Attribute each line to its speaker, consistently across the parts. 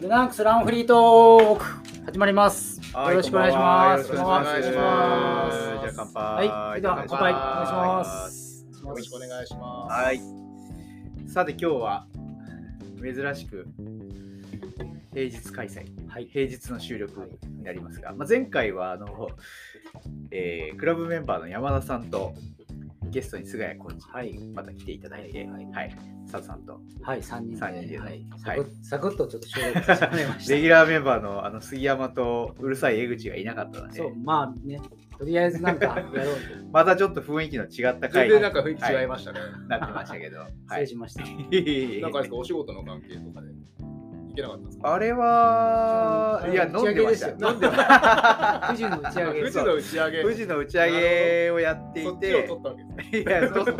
Speaker 1: ルナンクスランフリートーク始まります。
Speaker 2: は
Speaker 1: よろしくお願いします。
Speaker 2: よろしくお願いしま
Speaker 1: こんばんは
Speaker 2: す。じゃあ乾杯。
Speaker 1: はい、では乾杯お願いします。
Speaker 3: よろしくお願いします。
Speaker 2: はい。さて今日は珍しく平日開催、
Speaker 1: はい
Speaker 2: 平日の収録になりますが、まあ、前回はあの、えークラブメンバーの山田さんとゲストに菅谷コーチ、
Speaker 1: はい、
Speaker 2: また来ていただいて、
Speaker 1: は
Speaker 2: はいい、佐藤さんと
Speaker 1: はい、三人で。
Speaker 2: 三人で
Speaker 1: はい、
Speaker 2: は
Speaker 1: サ
Speaker 2: い
Speaker 1: クッサクッとちょっと収録してもらいまし
Speaker 2: レギ
Speaker 1: た。
Speaker 2: ュラーメンバーのあの杉山とうるさい江口がいなかったの で
Speaker 1: そう、まあね、とりあえずなんかやろうと
Speaker 2: またちょっと雰囲気の違った
Speaker 3: 全
Speaker 2: 回に
Speaker 3: 然
Speaker 2: な
Speaker 3: なん
Speaker 2: っ
Speaker 3: か雰囲気違いましたね。
Speaker 2: てましたけど、
Speaker 1: 失 礼しました。
Speaker 2: い
Speaker 3: なんかあれですかお仕事の関係とかで行けなかったんですか
Speaker 2: あれは
Speaker 1: あ、
Speaker 2: いや、
Speaker 1: 打
Speaker 2: 飲
Speaker 1: ち上
Speaker 2: んで
Speaker 1: げ
Speaker 2: ま
Speaker 1: で
Speaker 2: し
Speaker 1: す
Speaker 2: た
Speaker 1: よ
Speaker 2: よ。
Speaker 1: 飲んでま した。富士の打ち上げ。
Speaker 3: 富士の打ち上げ。
Speaker 2: 富士の打ち上げをやってい
Speaker 3: そっちを
Speaker 2: て
Speaker 3: 取っ、たわけですね。
Speaker 2: いや、そう取っ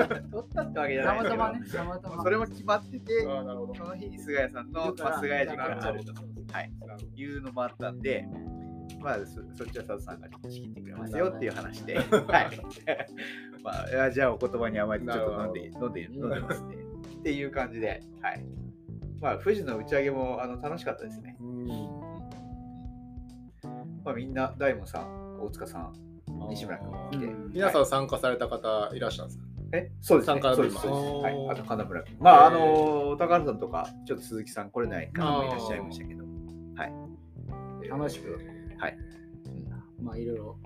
Speaker 2: たってわけじゃ
Speaker 1: た
Speaker 2: ない
Speaker 1: ま
Speaker 2: で
Speaker 1: た
Speaker 2: すけど
Speaker 1: まね、たまたま。
Speaker 2: それも決まってて、
Speaker 3: ああ、なるほど。
Speaker 2: その日に菅谷さんの、
Speaker 1: だから
Speaker 2: まあ、菅谷塾
Speaker 1: だ
Speaker 2: が
Speaker 1: か
Speaker 2: あ
Speaker 1: ら
Speaker 2: るとはいいうのもあったんで、まあ、そそっちは佐藤さんが仕切ってくれますよっていう話で、はい。 まあいや、じゃあお言葉に甘えて、ちょっと飲んで、飲んで、飲んでますね。っていう感じで、はい。まあ、富士の打ち上げもあの楽しかったですね。まあ、みんな、大門さん、大塚さん、西村君も来て、
Speaker 1: うん
Speaker 3: 皆さ
Speaker 2: は
Speaker 3: ん参加された方いらっしゃるんですか
Speaker 2: いえそうです、ね、
Speaker 3: 参加の
Speaker 2: そうです
Speaker 3: メンバー
Speaker 2: そうですはい、あと金村君、まあ、あ
Speaker 3: あー
Speaker 2: のー高原さんとか、ちょっと鈴木さん来れない方もいらっしゃいましたけど、はい。
Speaker 1: 楽しく。
Speaker 2: はい。
Speaker 1: まあいろいろ語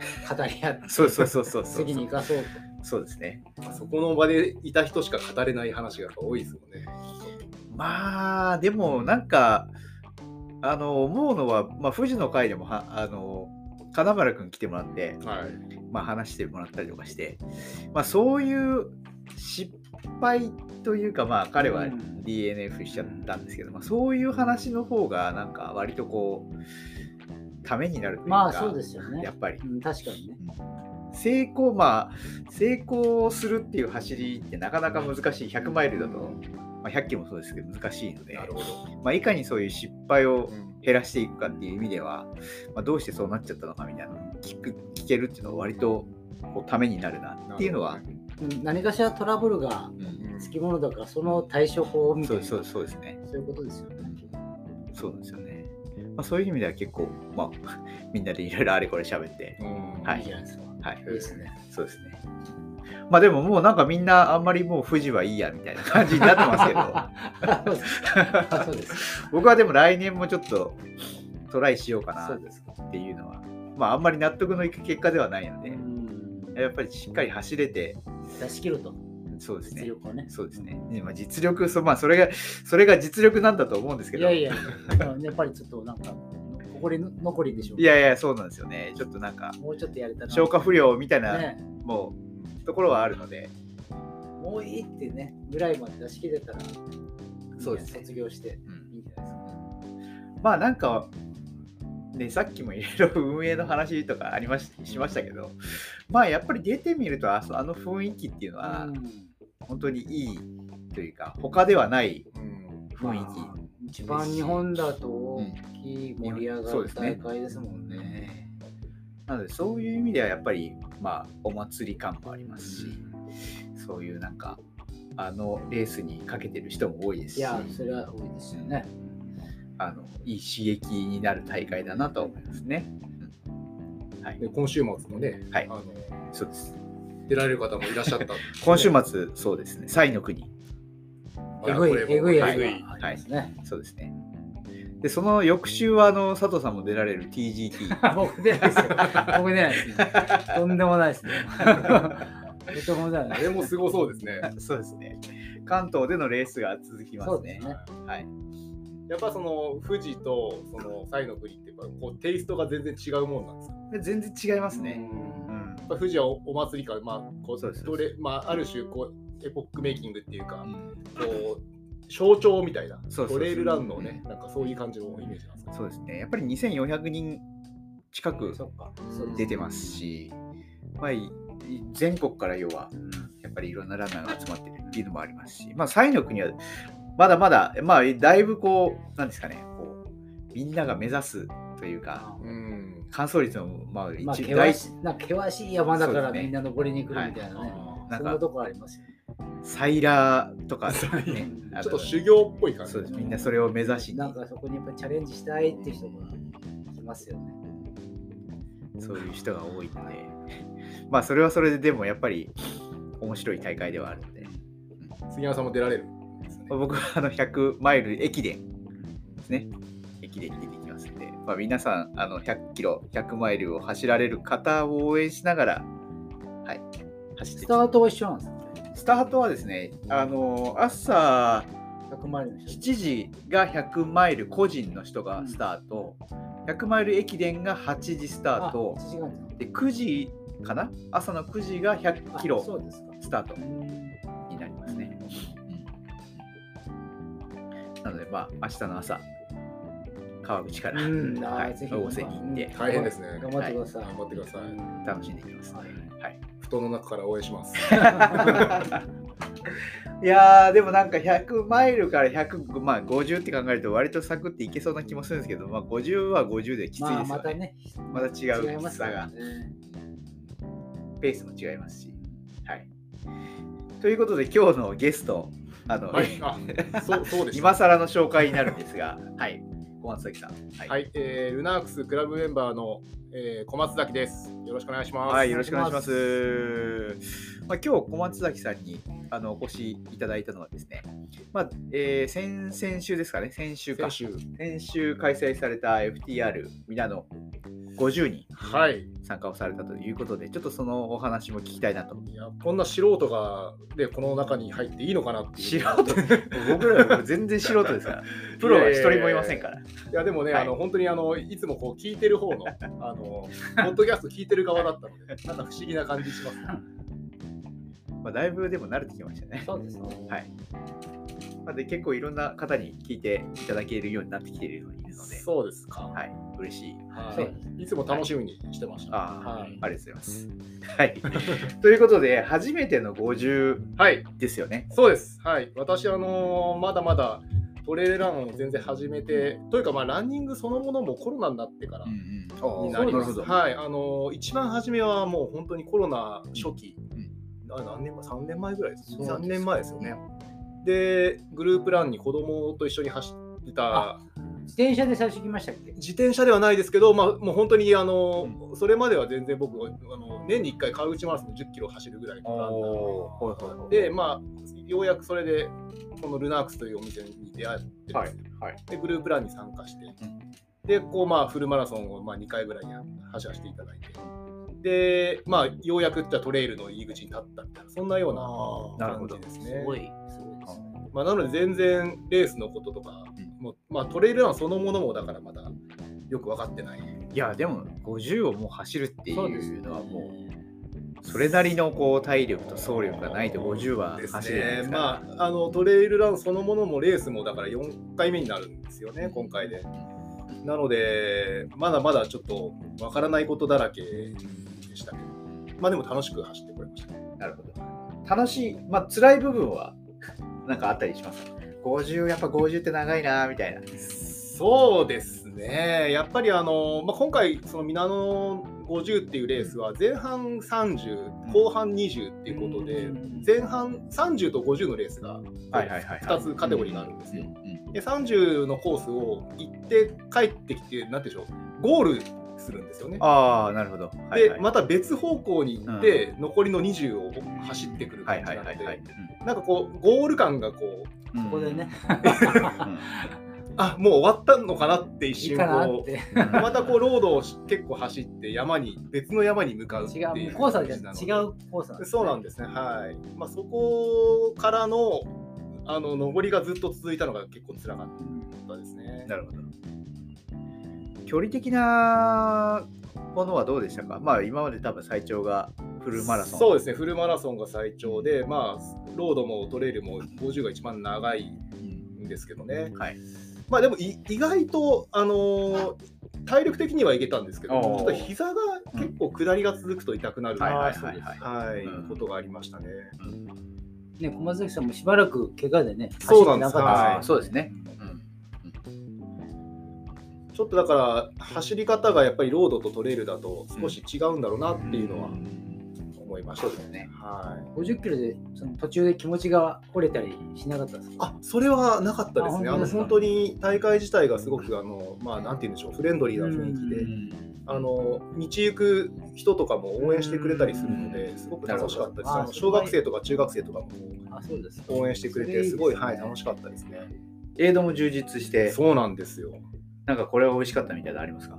Speaker 1: り合って、
Speaker 2: そうそうそうそうそう
Speaker 1: 次に生かそうと。
Speaker 2: そうですね。
Speaker 3: あそこの場でいた人しか語れない話が多いですもんね。
Speaker 2: まあ、でも、なんか、あの思うのは、まあ、富士の会でもは、あの金村君来てもらって、
Speaker 3: はい。
Speaker 2: まあ、話してもらったりとかして、まあ、そういう失敗というか、まあ、彼は
Speaker 1: うん
Speaker 2: DNF しちゃったんですけど、まあ、そういう話の方がなんか割とこうためになるというか、
Speaker 1: まあそうですよね
Speaker 2: やっ。ぱり
Speaker 1: うん、確かにね。
Speaker 2: 成功まあ成功するっていう走りってなかなか難しい100マイルだと、まあ、100キロもそうですけど難しいので
Speaker 3: な、るほど。
Speaker 2: まあ、いかにそういう失敗を減らしていくかっていう意味では、まあ、どうしてそうなっちゃったのかみたいなのを聞く聞けるっていうのは割とこうためになるなっていうのは、
Speaker 1: うん何かしらトラブルがつきものだから、その対処法を見
Speaker 2: そ
Speaker 1: て
Speaker 2: うですそうですそうですね
Speaker 1: そういうことですよね。
Speaker 2: そうなんですよね、まあ、そういう意味では結構、まあ、みんなでいろいろあれこれ喋って
Speaker 3: うん
Speaker 2: はい
Speaker 1: いじゃないですか。い
Speaker 2: はい
Speaker 1: いですね。
Speaker 2: そうですねまあでももうなんかみんなあんまりもう富士はいいやみたいな感じになってますけ ど
Speaker 1: あそうです。
Speaker 2: 僕はでも来年もちょっとトライしようかな
Speaker 1: そう
Speaker 2: っ
Speaker 1: です。
Speaker 2: ていうのはまああんまり納得のいく結果ではないので、やっぱりしっかり走れて
Speaker 1: 出し切ると、
Speaker 2: そうです
Speaker 1: 実
Speaker 2: ね
Speaker 1: 力をね。
Speaker 2: そうですね、ねまあ、実力そ,、まあ、それがそれが実力なんだと思うんですけ
Speaker 1: い
Speaker 2: ど
Speaker 1: やいや、やっぱりちょっとなんか、残りの残りでしょう
Speaker 2: い。やいやそうなんですよねちょっとなんか
Speaker 1: もうちょっとやれたら。
Speaker 2: 消化不良みたいな、
Speaker 1: ね。
Speaker 2: もうところはあるので
Speaker 1: もういいってね、ぐらいまで出し切れたら、
Speaker 2: そうですね
Speaker 1: 卒業して
Speaker 2: うん
Speaker 1: いいんじゃないですか。
Speaker 2: まあなんかねさっきもいろいろ運営の話とかありまししましたけどまあやっぱり出てみるとあそあの雰囲気っていうのは
Speaker 1: うん
Speaker 2: 本当にいいというか他ではない
Speaker 3: うん
Speaker 2: 雰囲
Speaker 1: まあ一番日本だと大きい盛り上が
Speaker 2: そう
Speaker 1: る
Speaker 2: です
Speaker 1: 大
Speaker 2: ね
Speaker 1: 会ですもん
Speaker 2: 気、
Speaker 1: ね。
Speaker 2: ねなのでそういう意味ではやっぱりまあお祭り感もありますし、そういうなんかあのレースにかけてる人も多いです
Speaker 1: い
Speaker 2: し
Speaker 1: や、それは多いですよね。
Speaker 2: あのいい刺激になる大会だなと思いますね。
Speaker 3: で今週末もね、
Speaker 2: はい
Speaker 3: あの
Speaker 2: そうです
Speaker 3: 出られる方もいらっしゃった。
Speaker 2: 今週末、そうですね、サイの国、
Speaker 1: えぐい、えぐいや
Speaker 3: や
Speaker 1: つ
Speaker 3: つ。
Speaker 1: がありますね。
Speaker 2: そうですね。で、その翌週はあの佐藤さんも出られる TGT、
Speaker 1: 僕出ないですよ。僕出ないですね。とんでもないですね。とんでもない
Speaker 3: あ。れもすごそうですね。
Speaker 2: そうですね、関東でのレースが続きま
Speaker 1: そ
Speaker 2: す
Speaker 1: うで
Speaker 2: ね
Speaker 1: す。ね。
Speaker 2: はい、
Speaker 3: やっぱその富士とその西の国ってやっぱこうテイストが全然違うもんなんですかや
Speaker 2: で全然違います
Speaker 1: う
Speaker 2: ね。
Speaker 1: ん
Speaker 2: うん
Speaker 3: っぱ富士はおお祭り感、まあこ
Speaker 2: そうです
Speaker 3: うどれまあ、ある種こうエポックメイキングっていうか、
Speaker 2: うん
Speaker 3: こう象徴みたいな
Speaker 2: そうそうそう
Speaker 3: トレイルランのね、なんかそういう感じのイメージなんですか、
Speaker 2: そうですね、やっぱり2400人近く
Speaker 1: そっか。そうで
Speaker 2: 出てますし、まあ、い全国から要は、やっぱりいろんなランナーが集まってるっていうのもありますし、まあ、サイの国はまだまだ、まあ、だいぶこう、なんですかね、こうみんなが目指すというか、
Speaker 1: す。
Speaker 3: うん
Speaker 2: 完走率の、まあ、一
Speaker 1: まあ、
Speaker 2: 大
Speaker 1: 険しいなんか険しい山だか
Speaker 2: そ
Speaker 1: ら
Speaker 2: うですね
Speaker 1: みんな登りに来るみたいなね。
Speaker 3: あ
Speaker 2: なん
Speaker 1: そん
Speaker 2: か
Speaker 1: なとこありますよね。
Speaker 2: サイラーとか、ね、
Speaker 3: ちょっと修行っぽい感じ
Speaker 2: そうですみんなそれを目指しに
Speaker 1: なんかそこにやっぱチャレンジしたいって人が来ますよね。
Speaker 2: そういう人が多いんで まあそれはそれででもやっぱり面白い大会ではあるんで
Speaker 3: 杉山さんも出られるんですね
Speaker 2: 僕はあの100マイル駅伝ですね駅伝に出てきますんで、まあ、皆さんあの100キロ100マイルを走られる方を応援しながらはい走って
Speaker 1: ス
Speaker 2: き
Speaker 1: ター
Speaker 2: て
Speaker 1: トは一緒なんですね。
Speaker 2: スタートはですねあの朝
Speaker 1: 100マイルの人。
Speaker 2: 7時が100マイル個人の人がスタート、100マイル駅伝が8時スタート
Speaker 1: あ違うんだ
Speaker 2: で9時かな朝の9時が100
Speaker 1: あ
Speaker 2: キロ
Speaker 1: そうですか。
Speaker 2: スタートになりますね。なのでまあ明日の朝川口から、
Speaker 1: うんあー
Speaker 2: はい、
Speaker 1: ぜひ
Speaker 2: 大瀬に行って
Speaker 3: 大変ですね
Speaker 1: 頑張ってください。
Speaker 3: はい頑張ってください
Speaker 1: うん
Speaker 2: 楽しんでいきます、はい、
Speaker 3: 布団の中から応援 します
Speaker 2: いやーでもなんか100マイルから150、まあ、50って考えると割とサクっていけそうな気もするんですけど、まあ、50は50できついですよね。
Speaker 1: まあまたね、
Speaker 2: また違う
Speaker 1: 違いま
Speaker 2: きつ
Speaker 1: す
Speaker 2: さ
Speaker 1: か
Speaker 2: が
Speaker 1: ら、ね。
Speaker 2: ペースも違いますし。はい、ということで、今日のゲスト、あの、
Speaker 3: はいあそうそうです
Speaker 2: 今更の紹介になるんですが、はい、小松崎さん。はい、
Speaker 3: はい、えー、ルナークスクラブメンバーの、えー、小松崎ですよろしくお願いします
Speaker 2: はいよろしくお願いします。まあ、今日、小松崎さんにあのお越しいただいたのはですね、まあえー先先週ですかね、先週か、
Speaker 3: 先週
Speaker 2: 先週開催された FTR ミラノ50人
Speaker 3: はい
Speaker 2: 参加をされたということで、ちょっとそのお話も聞きたいなと
Speaker 3: いやこんな素人がでこの中に入っていいのかなってい
Speaker 2: 素
Speaker 3: う
Speaker 2: 人僕らは全然素人です からプロは一人もいませんから
Speaker 3: いやでもね、
Speaker 2: はい
Speaker 3: あの本当にあのいつもこう聞いてる方のあのポッドキャスト聞いてる側だったの でなんか不思議な感じします、
Speaker 2: まあ、だいぶでも慣れてきましたね、
Speaker 1: そうですね。
Speaker 2: はいまあ、で結構いろんな方に聞いていただけるようになってきているので
Speaker 3: そうですか、
Speaker 2: はい嬉しい
Speaker 3: はい
Speaker 1: そうです
Speaker 3: い、つも楽しみにしてました
Speaker 2: あー、あ
Speaker 3: はい、
Speaker 2: りがとうございますはいという ことで初めての50
Speaker 3: はい、
Speaker 2: ですよね
Speaker 3: そうですはい私あのーまだまだトレイルランを全然始めてというかまあランニングそのものもコロナになってから、
Speaker 2: ん
Speaker 3: に
Speaker 2: な
Speaker 3: なり
Speaker 2: る
Speaker 3: ま
Speaker 2: ほ
Speaker 3: す
Speaker 2: ど、
Speaker 3: はい、あの一番初めはもう本当にコロナ初期、
Speaker 2: うん
Speaker 3: あ何年前3年前ぐらいです
Speaker 1: そうです
Speaker 3: 3年前ですよねでグループランに子供と一緒に走ってた
Speaker 1: あ自転車で最初来ましたっけ
Speaker 3: 自転車ではないですけど、まあ、もう本当にあの、
Speaker 2: う
Speaker 3: それまでは全然僕あの年に1回川口マラソン1 0キロ走るぐらいのランナー
Speaker 2: ほいほいほい
Speaker 3: でまあようやくそれでこのルナークスというお店に出会ってですね、
Speaker 2: はいはい
Speaker 3: でグループランに参加して、
Speaker 2: うん
Speaker 3: でこうまあフルマラソンをまあ2回ぐらいや走らせていただいてでまあようやくじゃあトレイルの入り口に立ったみたいなそんなような
Speaker 2: なるほど
Speaker 3: 感じです
Speaker 1: す
Speaker 3: ね。
Speaker 1: ごい、すごいですね。
Speaker 3: まあ、なので全然レースのこととか、
Speaker 2: う
Speaker 3: もうまあ、トレイルランそのものもだからまだよく分かってない。
Speaker 2: いやでも50をもう走るってい
Speaker 1: そうです
Speaker 2: うのはもうそれなりのこう体力と走力がないと50は
Speaker 3: です
Speaker 2: 走れないで
Speaker 3: ね
Speaker 2: すから
Speaker 3: まあ、あのトレイルランそのものもレースもだから4回目になるんですよね、今回で。なので、まだまだちょっとわからないことだらけでしたけど、まあでも楽しく走ってこれました。
Speaker 2: なるほど。楽しい、まあ辛い部分はなんかあったりします。50やっぱ50って長いなみたいな。
Speaker 3: そうですね、やっぱりあの、まあ、今回、そのミナノ50っていうレースは、前半30、後半20っていうことで、前半30と50のレースが
Speaker 2: はいはい
Speaker 3: 2つカテゴリーがあるんですよ。
Speaker 2: うん
Speaker 3: で30のコースを行って帰ってきてなんて言うんでしょうゴールするんですよね。
Speaker 2: ああなるほど。
Speaker 3: で、また別方向に行って、残りの20を走ってくる
Speaker 2: はい
Speaker 3: 感じ
Speaker 2: はい
Speaker 3: な
Speaker 2: は
Speaker 3: の
Speaker 2: いはい
Speaker 3: で。なんかこうゴール感がこう
Speaker 2: うん
Speaker 1: ここでね、
Speaker 3: あもう終わったのかなって一
Speaker 1: いい
Speaker 3: 瞬
Speaker 1: かな
Speaker 3: こ
Speaker 1: っ
Speaker 3: う
Speaker 1: て。
Speaker 2: うん
Speaker 3: またこうロードをし結構走って山に別の山に向かうって
Speaker 1: 違
Speaker 3: いう
Speaker 1: う、コース
Speaker 3: 感
Speaker 1: じゃ
Speaker 3: なので
Speaker 1: 違うコースなんですね
Speaker 3: そうなんですねはい、まあ、そこからのあの上りがずっと続いたのが結構辛かったです ね。
Speaker 2: なるほど。距離的なものはどうでしたか。まあ今まで多分最長がフルマラソン。
Speaker 3: そう
Speaker 2: う
Speaker 3: ですねフルマラソンが最長でまあロードもトレイルも50が一番長い
Speaker 2: ん
Speaker 3: んですけどね
Speaker 2: はい。
Speaker 3: まあでもい意外とあのー体力的にはいけたんですけど
Speaker 2: おー
Speaker 3: ちょっと膝が結構下りが続くと痛くなる
Speaker 2: はいはい
Speaker 3: は
Speaker 2: はいはい。
Speaker 3: い
Speaker 2: うん
Speaker 3: ことがありましたね
Speaker 1: ね、小松崎さんもしばらく怪我でね、
Speaker 3: そうなんで
Speaker 1: 走ってな
Speaker 3: す
Speaker 1: かった
Speaker 2: ああそうですね。
Speaker 3: ちょっとだから走り方がやっぱりロードとトレイルだと少し違うんだろうなっていうのは思いまし
Speaker 2: そ
Speaker 3: た
Speaker 2: うですね。
Speaker 3: はい
Speaker 1: 50キロでその途中で気持ちが折れたりしなかったですか
Speaker 3: あそれはなかったですね、
Speaker 1: あ本当
Speaker 3: あの
Speaker 1: ですか
Speaker 3: 本当に大会自体がすごく、あのまあ、なんて言うんでしょう、フレンドリーな雰囲気で、あの道行く人とかも応援してくれたりするの
Speaker 2: う
Speaker 3: で、
Speaker 2: ん
Speaker 3: すごく楽しかったで
Speaker 1: なる
Speaker 3: す、
Speaker 1: ほど
Speaker 3: あの小学生とか中学生とかも
Speaker 1: あそうです
Speaker 3: 応援してくれて、すごい、はい、楽しかったですね。
Speaker 2: エイドも充実して、
Speaker 3: そうなんですよ。
Speaker 2: なんかこれは美味しかったみたいなのありますか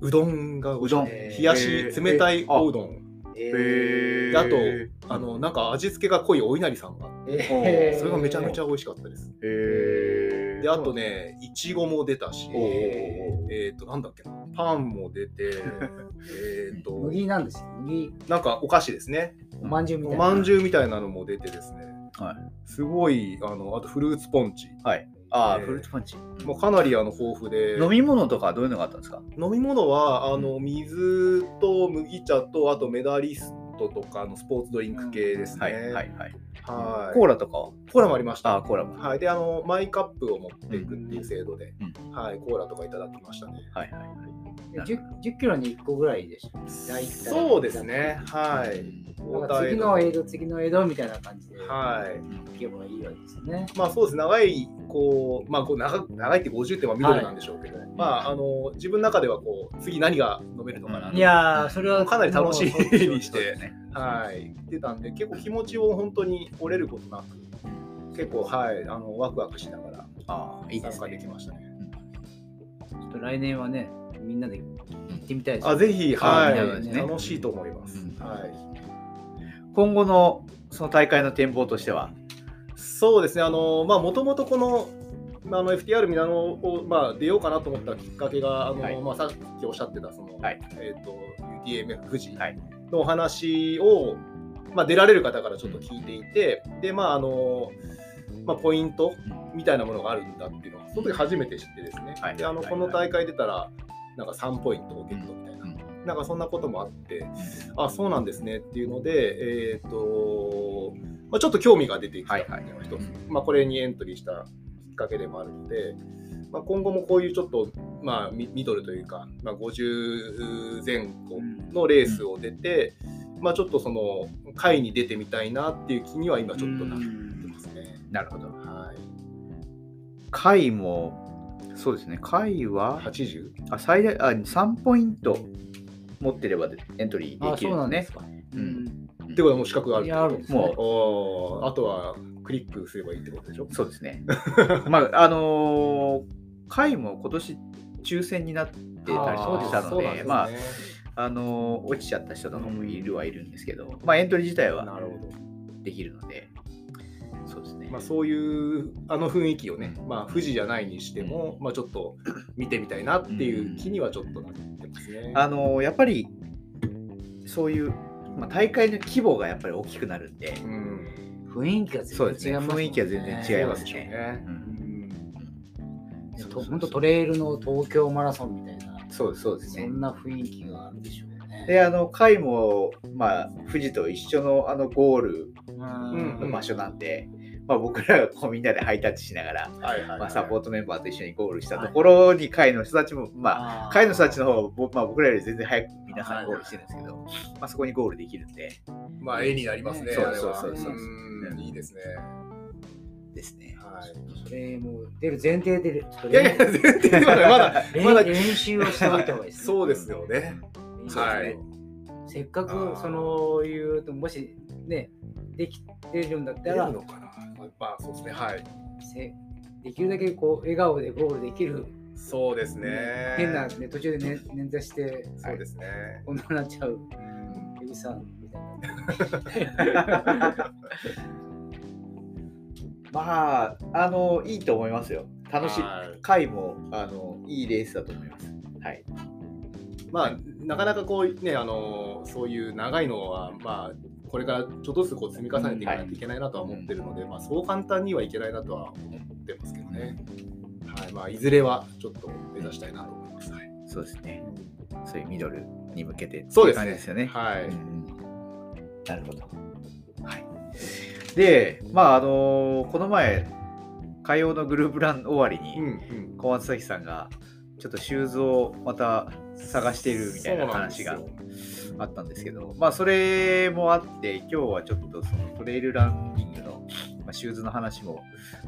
Speaker 3: うどんが美味しい、
Speaker 2: うどん
Speaker 3: 冷やし、
Speaker 2: えー
Speaker 3: 冷たいおうどん、
Speaker 1: え
Speaker 2: へ
Speaker 3: あとあのなんか味付けが濃いお稲荷さんが、
Speaker 2: えー
Speaker 3: それがめちゃめち
Speaker 1: ゃ
Speaker 3: ゃ美味しかったです。
Speaker 2: へ
Speaker 3: で、あとね、いちごも出たし、
Speaker 2: お
Speaker 3: え
Speaker 2: ー
Speaker 3: っ、と、なんだっけな、パンも出て、 えっと、
Speaker 1: 麦なんですよ麦
Speaker 3: なんかお菓子ですね、
Speaker 1: おまんじゅうみた
Speaker 3: お
Speaker 1: いな
Speaker 3: まんじゅうみたいなのも出てですね、
Speaker 2: はい
Speaker 3: すごい、あのあとフルーツポンチ、
Speaker 2: ああ、
Speaker 3: えー
Speaker 2: フルーツパンチ。
Speaker 3: もうかなりあの豊富で、
Speaker 2: 飲み物とかどういうのがあったんですか
Speaker 3: 飲み物はあの水と麦茶と、あとメダリストとかのスポーツドリンク系ですね。
Speaker 2: はいはいはい。
Speaker 3: はい
Speaker 2: コーラとかは
Speaker 3: コーラもありました。
Speaker 2: あーコーラも。
Speaker 3: はい、であのマイカップを持っていくっていう制度で、
Speaker 2: う
Speaker 3: はい、コーラとかいただきましたね。
Speaker 2: はいはい
Speaker 1: で 10, 10キロに1個ぐらいでした大体
Speaker 3: そうですね、は
Speaker 2: はい。
Speaker 3: い。
Speaker 1: なんか次の江戸次の江戸みたいな感じで
Speaker 3: はい。
Speaker 1: 行けばいいわけですね
Speaker 3: まあそうです、長い、こう、まあこう長長いって50点はミドルなんでしょうけど、まああの自分の中ではこう、次何が飲めるのかな、
Speaker 2: うん
Speaker 1: いやーそれは
Speaker 3: かなり楽し
Speaker 1: もうそうで
Speaker 3: み
Speaker 1: ょう
Speaker 3: にして、
Speaker 2: ね。
Speaker 3: はい、出たんで、結構気持ちを本当に折れることなく、結構、はい、あのワクワクしながら
Speaker 2: ああ、いいで
Speaker 3: 参
Speaker 2: す
Speaker 3: 加でき
Speaker 2: ね。
Speaker 3: ましたね。
Speaker 1: ちょっと来年はねみんなで行ってみたいです
Speaker 3: あぜひ、は
Speaker 2: あいい
Speaker 3: い、
Speaker 2: ですね
Speaker 3: 楽しいと思います。
Speaker 2: うん
Speaker 3: はい
Speaker 2: 今後のその大会の展望としては、
Speaker 3: そうですね、あのまあもともとこのまああの FTR ミラノを、まあ、出ようかなと思ったきっかけが、あの
Speaker 2: はい
Speaker 3: まあ、さっきおっしゃってたその、
Speaker 2: はい
Speaker 3: えー、と UTMF 富士
Speaker 2: はい
Speaker 3: のお話を、まあ、出られる方からちょっと聞いていて、でまああのまあ、ポイントみたいなものがあるんだっていうのは、その時初めて知ってですね、
Speaker 2: はい
Speaker 3: であの
Speaker 2: はい
Speaker 3: この大会出たら、なんか3ポイントをゲットみたいな、
Speaker 2: うん
Speaker 3: なんかそんなこともあって、あそうなんですねっていうので、えーとまあ、ちょっと興味が出てきたっていうのが一つ、
Speaker 2: はいはい
Speaker 3: まあ、これにエントリーしたきっかけでもあるので、まあ、今後もこういうちょっと、まあ、ミミドルというか、まあ、50前後のレースを出て、まあ、ちょっとその会に出てみたいなっていう気には今ちょっとなってますね。
Speaker 2: なるほど。
Speaker 3: はい、
Speaker 2: 回も、そうですね、回は、
Speaker 3: 80?
Speaker 2: あ最大あ3ポイント持ってればでエントリー
Speaker 1: あ
Speaker 2: でき
Speaker 1: そう
Speaker 2: る
Speaker 1: なん
Speaker 2: ん
Speaker 1: で
Speaker 2: です
Speaker 1: すか
Speaker 2: うん
Speaker 3: ってことはもう資格があるっ
Speaker 1: い
Speaker 3: て
Speaker 1: やあ
Speaker 3: こ
Speaker 1: るん
Speaker 3: と
Speaker 1: ですね
Speaker 2: も
Speaker 3: おーあとはクリックすればいいってことでしょ
Speaker 2: ね。そうですね。まあ、あのー、回も今年抽選になってたりと
Speaker 1: あー
Speaker 2: かしたの
Speaker 3: そう
Speaker 2: で、
Speaker 3: なんすね
Speaker 2: まあ、あのー落ちちゃった人とかもいるはいるんですけど、まあ、エントリー自体は
Speaker 3: なるほど。
Speaker 2: できるので、そうですね。
Speaker 3: まあ、そういうあの雰囲気をね、
Speaker 2: うん
Speaker 3: まあ、富士じゃないにしても、まあ、ちょっと見てみたいなっていう気にはちょっとなってますね。
Speaker 2: あのやっぱりそういう、まあ、大会の規模がやっぱり大きくなるんで、
Speaker 3: うん、
Speaker 1: 雰囲気が全
Speaker 2: そうです
Speaker 1: 然違いま
Speaker 2: ね
Speaker 1: すもんね
Speaker 2: 雰囲気は全然違います
Speaker 3: そうなんでしょう
Speaker 2: ね
Speaker 3: ね。
Speaker 2: う
Speaker 3: うんん
Speaker 1: と本当トレイルの東京マラソンみたいな
Speaker 2: そうですそうです
Speaker 1: そ
Speaker 2: ね
Speaker 1: んな雰囲気があるでしょうね
Speaker 2: であの甲斐も、まあ、富士と一緒のあのゴール
Speaker 1: うん
Speaker 2: の場所なんで、まあ、僕らがこうみんなでハイタッチしながら、
Speaker 3: はいはいはい
Speaker 2: まあ、サポートメンバーと一緒にゴールしたところに甲斐の人たちもまあ
Speaker 1: あー
Speaker 2: 会の人たちの方がぼ、まあ、僕らより全然早く皆さんゴールしてるんですけど、まあ、そこにゴールできるんで
Speaker 3: まあ絵になりますね。
Speaker 2: そう
Speaker 3: あれは
Speaker 2: そうそうそう
Speaker 3: うんいいですね。
Speaker 2: ですね。
Speaker 3: はい。
Speaker 1: それもう出る前提でちょっと
Speaker 3: いやいや全然ではない まだ
Speaker 1: 練
Speaker 3: まだ
Speaker 1: 練習をしておいた方がいいですね。
Speaker 3: そうですよね。
Speaker 1: 練習
Speaker 2: そうですね
Speaker 3: はい。
Speaker 1: せっか
Speaker 3: あ
Speaker 1: く
Speaker 3: ー
Speaker 1: そのいうともしねできてるんだった
Speaker 3: 出る
Speaker 1: ら
Speaker 3: のかな。まあそうですね。はい。
Speaker 1: せできるだけこう笑顔でゴールできる、
Speaker 3: そうですね。
Speaker 1: 変な、ね、途中で、ね、捻挫して
Speaker 3: そうですね。
Speaker 1: こんなになっちゃう
Speaker 3: うん
Speaker 1: エビさんみたいな。
Speaker 2: まあ、あの、いいと思いますよ。楽しい
Speaker 3: は。い
Speaker 2: 回も、あの、いいレースだと思います。はい。
Speaker 3: まあ、なかなかこうね、あのそういう長いのは、まあ、これからちょっとずつこう積み重ねていかないといけないなとは思ってるので、まあ、そう簡単にはいけないなとは思ってますけどね。はい、まあ、いずれはちょっと目指したいなと思います。はい、
Speaker 2: そうですね。そういうミドルに向けて。
Speaker 3: そうですね
Speaker 2: ってい感じですよね。
Speaker 3: はい
Speaker 2: うんなるほど。はい。で、まあ、あの、この前、火曜のグループラン終わり
Speaker 3: うん
Speaker 2: に、
Speaker 3: うん、
Speaker 2: 小松崎さんが、ちょっとシューズをまた探しているみたいな話が
Speaker 3: そうなんですよ
Speaker 2: あったんですけど、まあ、それもあって、今日はちょっとそのトレイルランニングの、まあ、シューズの話も、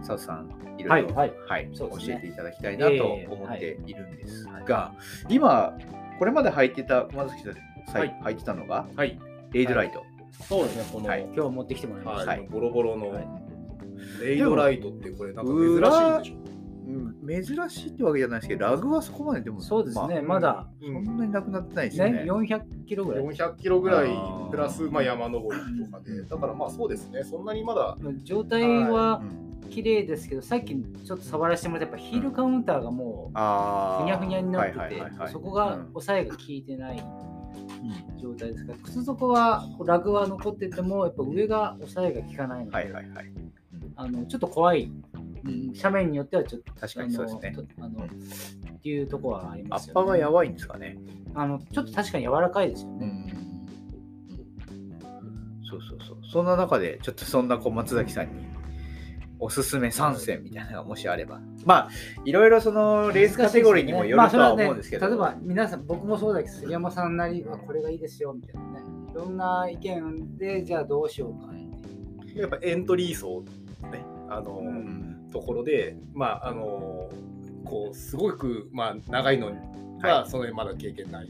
Speaker 2: サウスさん、いろいろ、
Speaker 1: はいはいそ
Speaker 2: 教
Speaker 1: うですね
Speaker 2: えていただきたいなと
Speaker 1: ええ
Speaker 2: 思っているんですが、今、これまで履いてた、熊崎さん、さい、履いてたのが、
Speaker 4: はい。
Speaker 2: レイドライト。
Speaker 1: そうですね、この、
Speaker 2: はい
Speaker 1: 今日持ってきてもらいました。
Speaker 3: はい、ボロボロの
Speaker 1: はい
Speaker 3: レイドライトってこれなんか珍しいんでし
Speaker 2: うん珍しいってわけじゃないですけど、ラグはそこまででも、
Speaker 1: そうですね、
Speaker 2: ま
Speaker 1: まだ、
Speaker 3: ょ、
Speaker 2: あ
Speaker 3: う
Speaker 2: そ
Speaker 3: ん
Speaker 2: んなになくなってないですよね
Speaker 1: ね、。400キロぐらい。
Speaker 3: 400キロぐらい
Speaker 2: あー
Speaker 3: プラス、まあ、山登りとかでだからまあそうですねそんなにまだ
Speaker 1: 状態
Speaker 2: う
Speaker 1: は
Speaker 2: ん
Speaker 1: 綺麗ですけど、さっきちょっと触らせてもらったやっぱヒールカウンターがもう
Speaker 2: あ
Speaker 1: ふ
Speaker 2: ー
Speaker 1: にゃふにゃになって
Speaker 2: はいはいはいは
Speaker 1: て、
Speaker 2: い
Speaker 1: そこが
Speaker 2: うん
Speaker 1: 押さえが効いてない
Speaker 2: うん
Speaker 1: 状態ですから、靴底はこうラグは残ってても、やっぱ上が押さえが効かないので、
Speaker 2: はいはいはい。
Speaker 1: あのちょっと怖い、うん斜面によってはちょっと。
Speaker 2: 確かにそうですね
Speaker 1: あのとあの
Speaker 2: う
Speaker 1: っ
Speaker 2: ん
Speaker 1: ていうところはあり
Speaker 2: ア
Speaker 1: ます
Speaker 2: ッ
Speaker 1: よ
Speaker 2: パーが
Speaker 1: ね。
Speaker 2: やばいんですかね。
Speaker 1: あのちょっと確かに柔らかいですよね。
Speaker 2: そうそうそう。そんな中で、ちょっとそんな小松崎さんに、おすすめ3選みたいなのがもしあれば。まあ、いろいろそのレースカテゴリーにもよるとは思うんですけど。
Speaker 1: まあそれはね、例えば皆さん、僕もそうだけど、杉山さんなり、あこれがいいですよみたいなね、いろんな意見で、じゃあどうしようかっていう。
Speaker 3: やっぱエントリー層ねあの、
Speaker 1: うん
Speaker 2: うん
Speaker 3: ところでまああのこうすごくまあ長いのが、
Speaker 2: は
Speaker 3: そのまだ経験ない、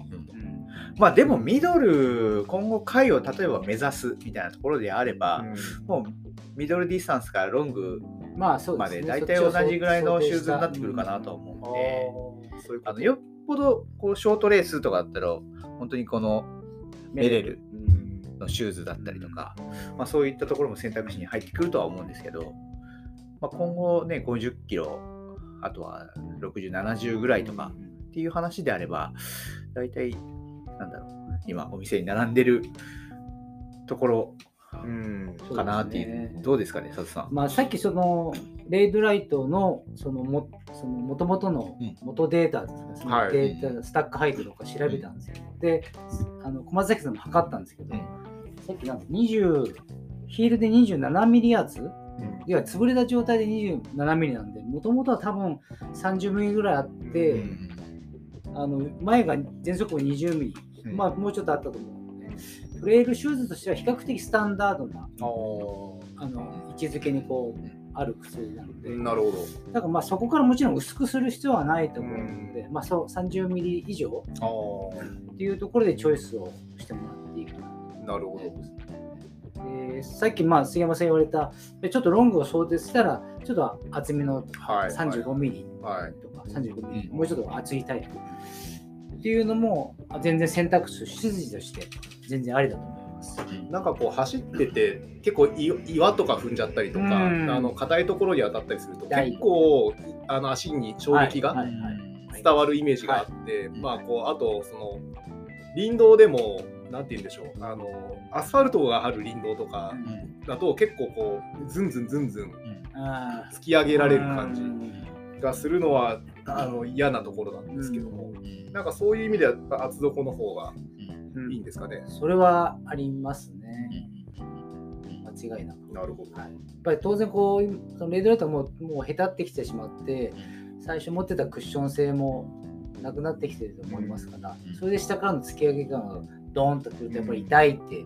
Speaker 2: まあでもミドル今後回を例えば目指すみたいなところであれば、もうミドルディスタンスからロング
Speaker 1: まあそうで
Speaker 2: ますで
Speaker 1: ね。
Speaker 2: 大体同じぐらいのシューズになってくるかなと
Speaker 1: う。
Speaker 2: 思うん
Speaker 3: あ
Speaker 2: で。
Speaker 3: ーそういう
Speaker 2: あ
Speaker 3: こと
Speaker 2: のよっぽどこうショートレースとかだったら本当にこのメレル
Speaker 3: うん
Speaker 2: のシューズだったりとか、まあ、そういったところも選択肢に入ってくるとは思うんですけど、まあ、今後ね50キロあとは6070ぐらいとかっていう話であれば大体なんだろう今お店に並んでるところ
Speaker 3: うん
Speaker 2: かなってい
Speaker 1: そ
Speaker 2: う
Speaker 1: うですね
Speaker 2: どうですかね佐藤さん。
Speaker 1: まあさっきそのレイドライトのそのもその元々の
Speaker 2: うん
Speaker 1: 元データですね、その
Speaker 3: はい
Speaker 1: データスタック配置とか調べたんですよ。で、あの駒崎さんも測ったんですけど、
Speaker 2: うん
Speaker 1: さっきなんか20ヒールで27ミリ圧
Speaker 3: うん
Speaker 1: いや潰れた状態で27ミリなんで、もともとは多分30ミリぐらいあって、
Speaker 3: うん
Speaker 1: あの前が全速度20ミリ、
Speaker 2: うん
Speaker 1: まあもうちょっとあったと思うので、トレイルシューズとしては比較的スタンダードな
Speaker 3: あー
Speaker 1: あの位置づけにこうある靴なので、
Speaker 3: なるほ
Speaker 1: だからまあそこからもちろん薄くする必要はないと思うので、まあそう30ミリ以上
Speaker 3: どあ
Speaker 1: っていうところでチョイスをしてもらっていいかなと
Speaker 3: あなるほ
Speaker 1: 思い
Speaker 3: ど
Speaker 1: ます。えーさっきまあ杉山さん言われたでちょっとロングを想定したらちょっと厚めの
Speaker 3: はい
Speaker 1: 35ミリ
Speaker 3: はい
Speaker 1: とか35ミリ、
Speaker 2: うん
Speaker 1: もうちょっと厚いタイプっていうのもあ全然選択肢筋として全然ありだと思います。
Speaker 3: なんかこう走ってて結構い岩とか踏んじゃったりとか、
Speaker 1: うん
Speaker 3: あの硬いところに当たったりすると
Speaker 1: 痛い
Speaker 3: 結構あの足に衝撃が
Speaker 1: はいはい
Speaker 3: 伝わるイメージがあって、
Speaker 2: はい
Speaker 3: まあこうあとその林道でもなんて言うんでしょうあのアスファルトがある林道とか
Speaker 1: うん
Speaker 3: だと結構こうズンズンズンズン
Speaker 1: あー
Speaker 3: 突き上げられる感
Speaker 1: う
Speaker 3: じ
Speaker 1: ん
Speaker 3: がするのはあの嫌なところなんですけども、なんかそういう意味ではやっぱ厚底の方が
Speaker 1: うん
Speaker 3: いいんですかね。
Speaker 1: それはありますね。間違いなく。
Speaker 3: なるほど
Speaker 1: はい、やっぱり当然こう今、そのレイドライトがもうもう下手ってきてしまって、最初持ってたクッション性もなくなってきてると思いますから、
Speaker 2: うん
Speaker 1: それで下からの突き上げ感がドーンとくるとやっぱり痛いって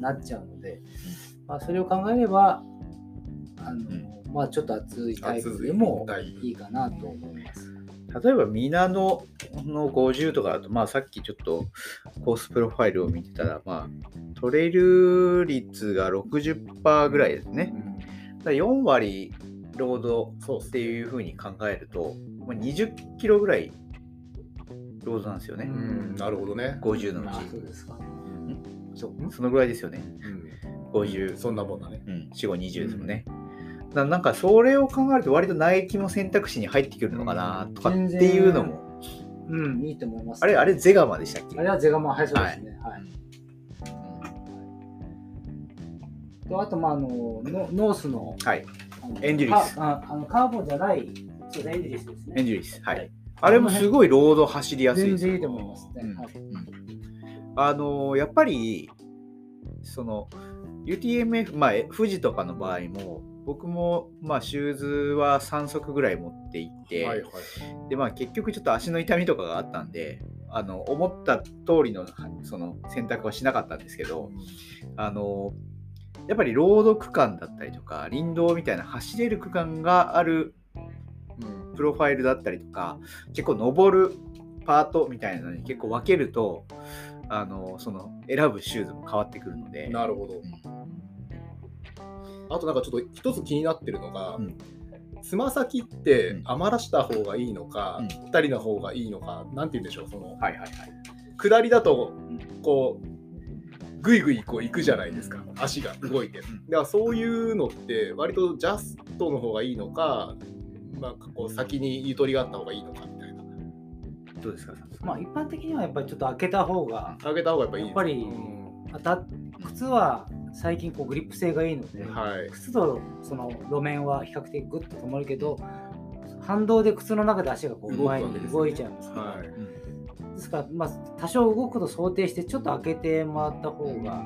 Speaker 1: なっちゃうので、まあ、それを考えれば、あのまあ、ちょっと熱いタイプでも
Speaker 3: 厚いタイプ
Speaker 1: いいかなと思います。
Speaker 2: 例えばミナノの50とかだと、まあ、さっきちょっとコースプロファイルを見てたら、まあ、トレイル率が60%ぐらいですね。だから4割ロードっていうふうに考えると、まあ、20キロぐらいロードなんですよね
Speaker 3: う、んなるほどね。
Speaker 2: 50のう
Speaker 1: まあ、そう
Speaker 2: ち。
Speaker 1: ですか。
Speaker 2: そうそのぐらいですよね、50。
Speaker 3: そんなもんだね。
Speaker 2: うん、4、5、20ですもんね。ななんかそれを考えると割と内気も選択肢に入ってくるのかなとかっていうのも、
Speaker 1: うん、いいと思います。
Speaker 2: あれあれゼガマでしたっけ
Speaker 1: あれはゼガマン配送ですね。はいとあと、まあ、あのノノースの
Speaker 2: はい、
Speaker 1: あの
Speaker 2: エンデュリス
Speaker 1: カああのカーボンじゃないそうですねエンデュリスですね
Speaker 2: エンジュリス。はい。
Speaker 1: はい
Speaker 2: あれもすごいロード走りやすい
Speaker 1: 全
Speaker 2: ですよ
Speaker 1: 然いいと思いますね、
Speaker 2: うん
Speaker 1: はい
Speaker 2: あのーやっぱり、その、UTMF、まあ、え富士とかの場合も、僕も、まあ、シューズは3足ぐらい持っていって、
Speaker 3: はいはい。
Speaker 2: で、まあ、結局ちょっと足の痛みとかがあったんで、あの思った通りのその選択はしなかったんですけど、あのやっぱり朗読区間だったりとか林道みたいな走れる区間がある、うん、プロファイルだったりとか結構登るパートみたいなのに結構分けるとあのその選ぶシューズも変わってくるので。
Speaker 3: なるほど。あとなんかちょっと一つ気になってるのが、
Speaker 2: うん
Speaker 3: つま先って
Speaker 2: うん
Speaker 3: 余らした方がいいのか、
Speaker 2: うん
Speaker 3: 二人の方がいいのか、なんて言うんでしょう、そ
Speaker 2: は
Speaker 3: の
Speaker 2: いはいはい。
Speaker 3: 下りだと
Speaker 1: ん
Speaker 3: こうぐいぐいこう行くじゃないですか、足が動いて。だ
Speaker 2: ん
Speaker 3: からそういうのって割とジャストの方がいいのか、なんかこう先にゆとりがあった方がいいのかみたいな。
Speaker 2: どうですか、さん
Speaker 1: まあ一般的にはやっぱりちょっと開けた方が
Speaker 3: 上げた方がやっぱいいです
Speaker 1: や
Speaker 3: か
Speaker 1: っぱり当たっ靴は最近こうグリップ性がいいので、
Speaker 3: うんはい。
Speaker 1: 靴とその路面は比較的グッと止まるけど反動で靴の中で足がこう
Speaker 3: 動くわ
Speaker 1: 前
Speaker 3: けですね
Speaker 1: に動いちゃいますから、
Speaker 3: はい
Speaker 2: うん
Speaker 1: ですから、まあ、多少動くことを想定してちょっと開けてもらった方が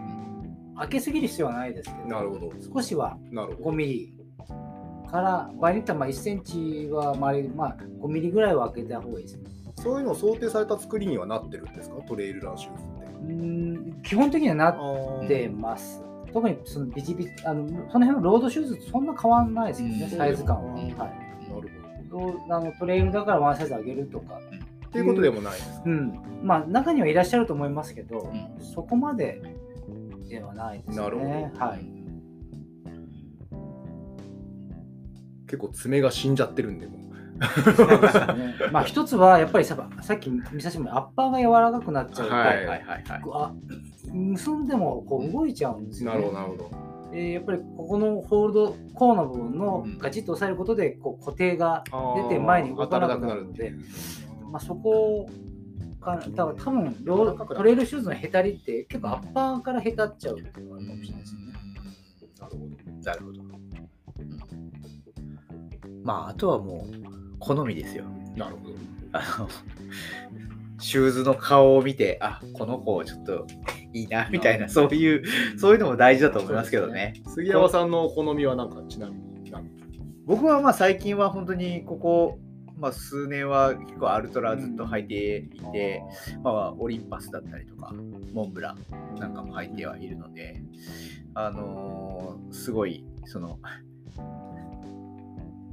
Speaker 1: 開けすぎる必要はないですけど
Speaker 3: なるほど。
Speaker 1: 少しは
Speaker 3: なるほ
Speaker 1: 5
Speaker 3: ど。
Speaker 1: ミリから場合によってはまあ1センチは周り、まあ、5ミリぐらいは開けた方がいいですね。
Speaker 3: そういうのを想定された作りにはなってるんですか、トレイルランシューズって。
Speaker 1: うーん基本的にはなってます。特にそのビチビチあのその辺のロードシューズとそんな変わんないですけどね、
Speaker 2: うん
Speaker 1: サイズ感は。
Speaker 3: うん
Speaker 1: はい
Speaker 3: なる
Speaker 1: ローあのトレイルだからワンサイズ上げるとか、
Speaker 3: ほど。っていうことでもないですか。
Speaker 1: うんまあ、中にはいらっしゃると思いますけど、
Speaker 2: ん
Speaker 1: そこまでではないですね。
Speaker 3: なるほど
Speaker 1: はい、
Speaker 3: 結構爪が死んじゃってるんでもう。
Speaker 1: そうですよねまあ一つはやっぱりささっき見させてもらったアッパーが柔らかくなっちゃうと、
Speaker 3: は
Speaker 2: はいいはいはいはい。
Speaker 1: あ結んでもこう動いちゃうんですよ、
Speaker 3: な
Speaker 1: ね
Speaker 3: るほどなるほど。
Speaker 1: でやっぱりここのホールドコーの部分の
Speaker 2: うん
Speaker 1: ガチッと押さえることでこう固定が、
Speaker 3: 出
Speaker 1: 出て前に動かなくなるの
Speaker 3: んで
Speaker 1: でまあ、そこかなだから多分ロールトレイルシューズのへたりって結構アッパーからへたっちゃうっていうのがあるかもしれないですね。
Speaker 2: なるほど。なるほど。まあ、あとはもう、好みですよ。
Speaker 3: なるほ ど。
Speaker 2: あの、シューズの顔を見て、あ、この子ちょっといいな、みたいな、そういう、そういうのも大事だと思いますけどね。
Speaker 3: 杉山さんのお好みはなんかちなみになんか
Speaker 2: 僕はまあ最近は本当にここ、まあ、数年は結構アルトラずっと履いていて、まあ、オリンパスだったりとかモンブランなんかも履いてはいるので、あのーすごいその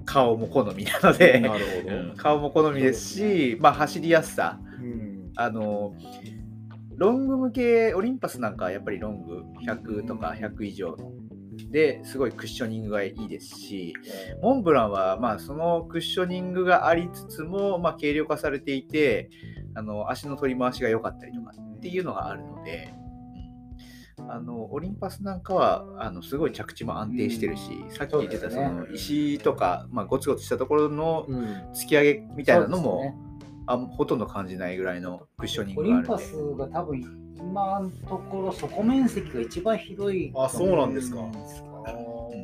Speaker 2: 顔も好みなので
Speaker 3: なるほど。
Speaker 2: うん 顔も好みですし、まあ、走りやすさ
Speaker 3: うん
Speaker 2: あのロング向けオリンパスなんかはやっぱりロング100とか100以上のですごいクッショニングがいいですしモンブランはまあそのクッショニングがありつつもまあ軽量化されていてあの足の取り回しが良かったりとかっていうのがあるので。あのオリンパスなんかはあのすごい着地も安定してるし、さっき言ってたそ
Speaker 1: そう
Speaker 2: の石とか、まあ、ゴツゴツしたところの
Speaker 3: うん
Speaker 2: 突き上げみたいなの
Speaker 1: そう
Speaker 2: も
Speaker 1: ですね
Speaker 2: あほとんど感じないぐらいのクッショニン
Speaker 1: オ
Speaker 2: グ
Speaker 1: リ
Speaker 2: があ
Speaker 1: ン
Speaker 2: るの
Speaker 1: パ
Speaker 2: で
Speaker 1: スが多分今のところ底面積が一番広い
Speaker 3: あそうなんですか。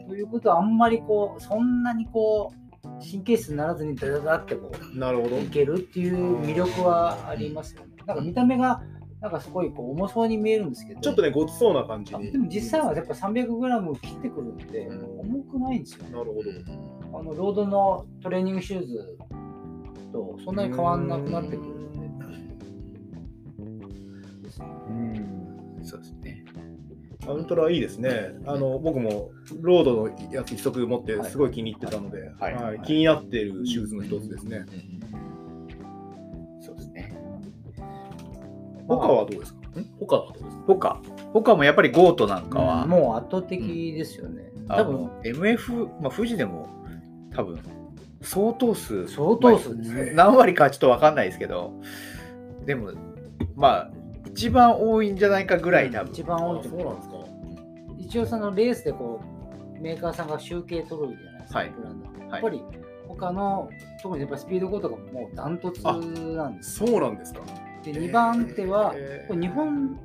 Speaker 1: ということはあんまりこうそんなにこう神経質にならずにダダダってこ
Speaker 3: なるほど
Speaker 1: うい。けるっていう魅力はありますよね。なんか見た目がなんかすごいこう重そうに見えるんですけど
Speaker 3: ちょっとねごつそうな感じ
Speaker 1: あ
Speaker 3: に。
Speaker 1: でも実際はやっぱ 300g 切ってくるんで
Speaker 2: うん
Speaker 1: 重くないんですよね。
Speaker 3: なるほど。
Speaker 1: あのロードのトレーニングシューズとそんなに変わんなくなってくるので。ですね
Speaker 2: そうですね。
Speaker 3: アウトラいいですね。あの僕もロードのやつ一足持ってすごい気に入ってたので、
Speaker 2: はい
Speaker 3: はい気になってるシューズの一つですね。
Speaker 2: そうですね。
Speaker 3: 他はどうですか？他はどうですか？
Speaker 2: 他他もやっぱりゴートなんかは、
Speaker 1: もう圧倒的ですよね。
Speaker 2: あ
Speaker 1: 多分
Speaker 2: の MF、まあ、富士でも多分相当数
Speaker 1: 相当数です
Speaker 2: まあ
Speaker 1: ね
Speaker 2: 何割かちょっと分かんないですけどでもまあ一番多いんじゃないかぐらい多分
Speaker 1: 一番多いと
Speaker 3: そ
Speaker 1: 思う
Speaker 3: うなんですか。
Speaker 1: 一応そのレースでこうメーカーさんが集計取るじゃないですか、
Speaker 2: はい
Speaker 1: ブランドって
Speaker 2: い
Speaker 1: やっぱり他の特にやっぱりスピード5とかももうダントツなんです
Speaker 3: そうなんですか。
Speaker 1: で2番手は、
Speaker 3: へー
Speaker 1: これ日本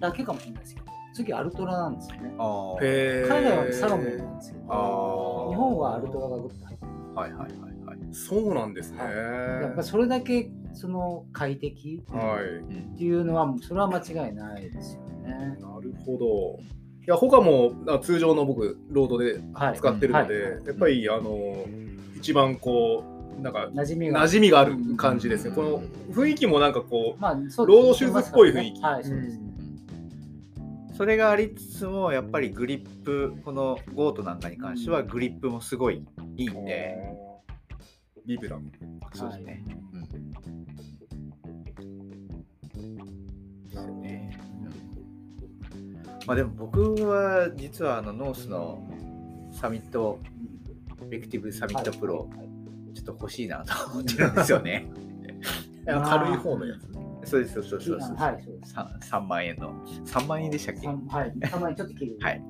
Speaker 1: だけかもしれないですけど次アルトラなんですよね
Speaker 2: あー
Speaker 3: 海
Speaker 1: 海外はサロモンなんですけど、
Speaker 2: あー
Speaker 1: 日本はアルトラがグッと入ってる
Speaker 2: はいはいはいはい、
Speaker 3: そうなんですね。
Speaker 1: はやっぱそれだけその快適
Speaker 3: はい。
Speaker 1: っていうのはそれは間違いないですよね。
Speaker 3: なるほど。いや他もあ通常の僕ロードで
Speaker 1: はい、
Speaker 3: 使ってるので、
Speaker 1: はい
Speaker 3: やっぱりあの一番こうなんか
Speaker 1: 馴染みが
Speaker 3: 馴染みがある感じですね。この雰囲気もなんかこ
Speaker 1: まあそうですね
Speaker 3: ロードシューズっぽい雰囲気
Speaker 1: はい、
Speaker 3: う、
Speaker 1: そうです。
Speaker 2: それがありつつもやっぱりグリップこのゴートなんかに関してはグリップもすごいいいんで、
Speaker 3: ビブラム。
Speaker 2: そうですね、
Speaker 3: なるほど
Speaker 2: ねまあでも僕は実はあのノースのサミットベクティブサミットプロ、ちょっと欲しいなと思ってるんですよね
Speaker 1: あー
Speaker 3: 軽い方のや つ。
Speaker 2: そうですそうそう
Speaker 1: そ
Speaker 2: そううそう、
Speaker 1: はい、そうです。
Speaker 2: さ3万円の3万円でしたっけ
Speaker 1: 三はい、たまにちょっと切る。
Speaker 2: はい。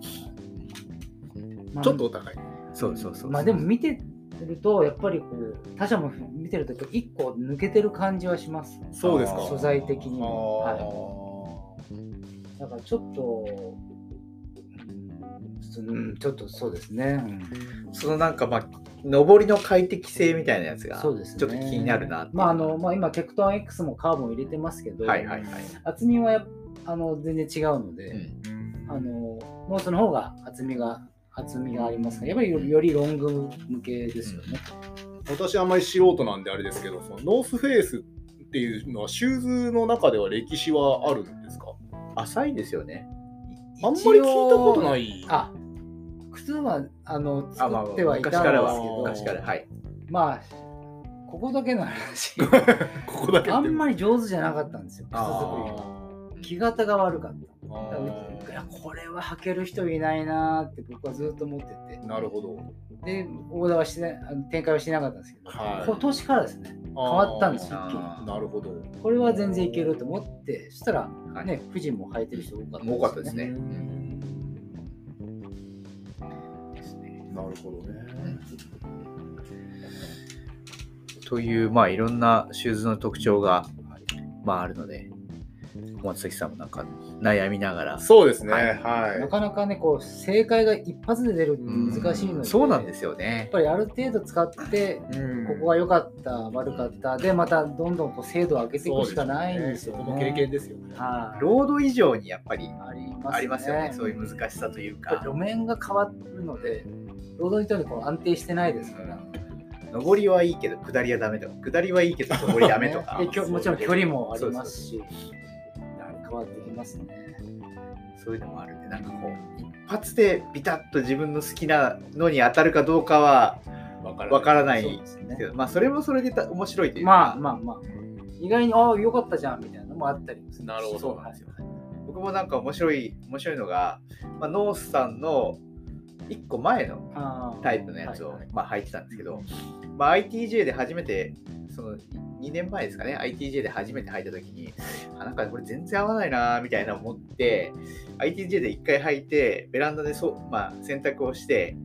Speaker 1: まあ
Speaker 3: ちょっとお高い。
Speaker 2: そうそうそう
Speaker 1: まあでも見てるとやっぱりこう他社も見てると一個抜けてる感じはします
Speaker 3: そうです
Speaker 2: あ
Speaker 3: か。
Speaker 2: ー
Speaker 1: 素材的にも
Speaker 3: あー
Speaker 1: はだからちょっとうんうんちょっとそうですね、うん
Speaker 2: そのなんかまあ上りの快適性みたいなやつがちょ
Speaker 1: そ
Speaker 2: っ
Speaker 1: うですね
Speaker 2: と気になるなっていう
Speaker 1: まああのまあ今テクトン X もカーボン入れてますけど、
Speaker 2: はいはいはい、
Speaker 1: 厚みはやっあの全然違うので、
Speaker 2: うん
Speaker 1: あのノースの方が厚みが厚みがありますからやっぱりよよりロング向けですよね、
Speaker 3: 私あんまり素人なんであれですけど、そのノースフェイスっていうのはシューズの中では歴史はあるんですか。
Speaker 2: 浅いですよね
Speaker 3: あんまり聞いたこと
Speaker 1: い
Speaker 3: ない。
Speaker 1: あ靴はあの
Speaker 2: あまあ
Speaker 1: 作ってはいたんです
Speaker 2: 昔
Speaker 1: け
Speaker 2: から
Speaker 1: ど、
Speaker 2: は昔からはい
Speaker 1: まあここだけの 話
Speaker 3: ここだけ。
Speaker 1: あんまり上手じゃなかったんですよ靴
Speaker 2: あ
Speaker 1: 作り着型が悪かっただからい
Speaker 3: あ
Speaker 1: やこれは履ける人いないなーって僕はずっと思ってて
Speaker 3: ーなるほど。
Speaker 1: でオーダーはしてないあの展開はしてなかったんですけど、
Speaker 3: はい
Speaker 1: 今年からですね
Speaker 3: 変
Speaker 1: 変わったんですよ一気に
Speaker 2: あー
Speaker 3: なるほど。
Speaker 1: これは全然いけると思ってそしたら
Speaker 2: はい
Speaker 1: ね富士も履いてる人多かった
Speaker 2: 多かったですね
Speaker 3: なるほどね。
Speaker 2: というまあいろんなシューズの特徴がまああるので小松崎さんもなんか悩みながら
Speaker 3: そうですね。
Speaker 2: はい
Speaker 1: な
Speaker 3: は
Speaker 1: かなかねこう正解が一発で出るって難しいので、
Speaker 2: そうなん
Speaker 1: す
Speaker 2: ですよ
Speaker 1: やっ
Speaker 2: ね
Speaker 1: ぱりある程度使って
Speaker 3: い。うん
Speaker 1: ここが良かった、悪かったでまたどんどんこう精度を上げていくしかないんですよね。
Speaker 3: そこも経験ですよね。
Speaker 1: はい
Speaker 2: ロード以上にやっぱり
Speaker 1: ありますね
Speaker 2: ありますよねそういう難しさという
Speaker 1: やっぱ
Speaker 2: か
Speaker 1: り路面が変わるのでロードにとってこう安定してないですから、
Speaker 2: うん上りはいいけど下りはダメとか下りはいいけど上りダメ とか
Speaker 1: ねできょもちろん距離もあります
Speaker 2: し
Speaker 1: しやはり変わってきますね。
Speaker 2: そういうのもあるんでなんかこう一発でビタッと自分の好きなのに当たるかどうかは
Speaker 3: わから
Speaker 2: わからない
Speaker 1: そう
Speaker 2: で
Speaker 1: です
Speaker 2: すけ
Speaker 1: ね
Speaker 2: どまあそれもそれでた面白いというか
Speaker 1: まあまあまあ意外にああ良かったじゃんみたいなのもあったりもするし
Speaker 3: なるほど
Speaker 1: そうなんですよ。
Speaker 2: 僕もなんか面白い面白いのが、まあ、ノースさんの1個前の
Speaker 1: あー
Speaker 2: タイプのやつを、
Speaker 1: はいはい
Speaker 2: まあ、履いてたんですけど、まあ、ITJ で初めてその2年前ですかね ITJ で初めて履いた時にあなんかこれ全然合わないなーみたいな思って ITJ で1回履いてベランダでそ、まあ、洗濯をして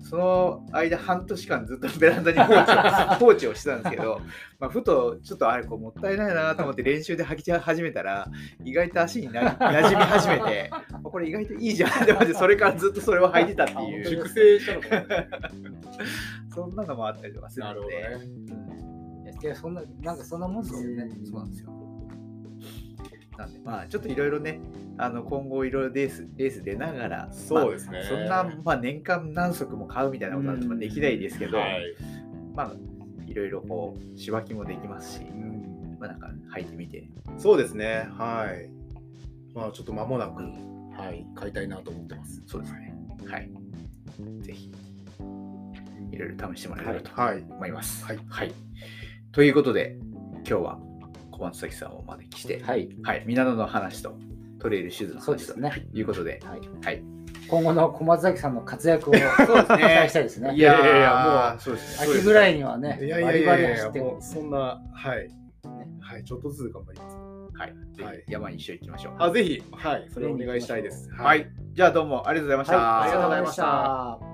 Speaker 2: その間半年間ずっと ベランダに放 置を放置をしてたんですけど、まあ、ふとちょっとあれこうもったいないなーと思って練習で履き始めたら意外と足にな馴染み始め てあこれ意外といいじゃんって思ってそれからずっとそれを履いてたっていう。
Speaker 3: 熟成したのかな。
Speaker 2: そんなのもあったりとかする
Speaker 3: なる
Speaker 2: の
Speaker 3: ほど
Speaker 2: で、
Speaker 3: ね。
Speaker 1: いやそんななんかそんなもんですよね。
Speaker 2: そうなんですよ。なんで、まあ、ちょっといろいろね、あの今後いろいろレースレース出ながら、
Speaker 3: そうですね
Speaker 2: まあそんな、まあ、年間何足も買うみたいなことは
Speaker 1: うん
Speaker 2: できないですけど、
Speaker 3: はい。
Speaker 2: まあ、いろいろこう、仕分けもできますし、まあ、なんか履いてみて、
Speaker 3: そうですね。はい。まあちょっと間もなく、はい、買いたいなと思ってます。
Speaker 2: そうですね。はい。ぜひ、いろいろ試してもらえればと
Speaker 3: はい。
Speaker 2: 思います。
Speaker 3: はい
Speaker 2: ということで、今日は小松崎さんをお招きして、
Speaker 1: はい、
Speaker 2: はい、ミナノの話とトレイルシューズの
Speaker 1: そうで
Speaker 2: 話と
Speaker 1: すね。
Speaker 2: いうことで、
Speaker 1: はい、
Speaker 2: はい。
Speaker 1: 今後の小松崎さんの活躍を期
Speaker 2: そうです
Speaker 1: 待したいです
Speaker 2: い
Speaker 1: ね。
Speaker 2: や
Speaker 3: い
Speaker 2: い
Speaker 3: や
Speaker 2: や
Speaker 3: い
Speaker 2: い
Speaker 3: や
Speaker 2: や、
Speaker 3: も
Speaker 2: も
Speaker 3: う
Speaker 2: うそうですね。
Speaker 1: 秋ぐらい
Speaker 2: に。
Speaker 1: にはね、
Speaker 3: いやい
Speaker 1: バ
Speaker 3: やい
Speaker 1: リバリ
Speaker 3: やい
Speaker 1: 走
Speaker 3: や、
Speaker 1: ってる
Speaker 3: もうそんな、はい。はい、ちょっとずつ頑張ります。
Speaker 2: はい。ぜ
Speaker 3: はい
Speaker 2: ひ山に一緒に行きましょう。
Speaker 3: あ、ぜひ、はい、それお願いしたいです。
Speaker 2: はい。じゃあどうもありがとうございました。
Speaker 1: はい、ありがとうございまし。
Speaker 3: ありがとうございました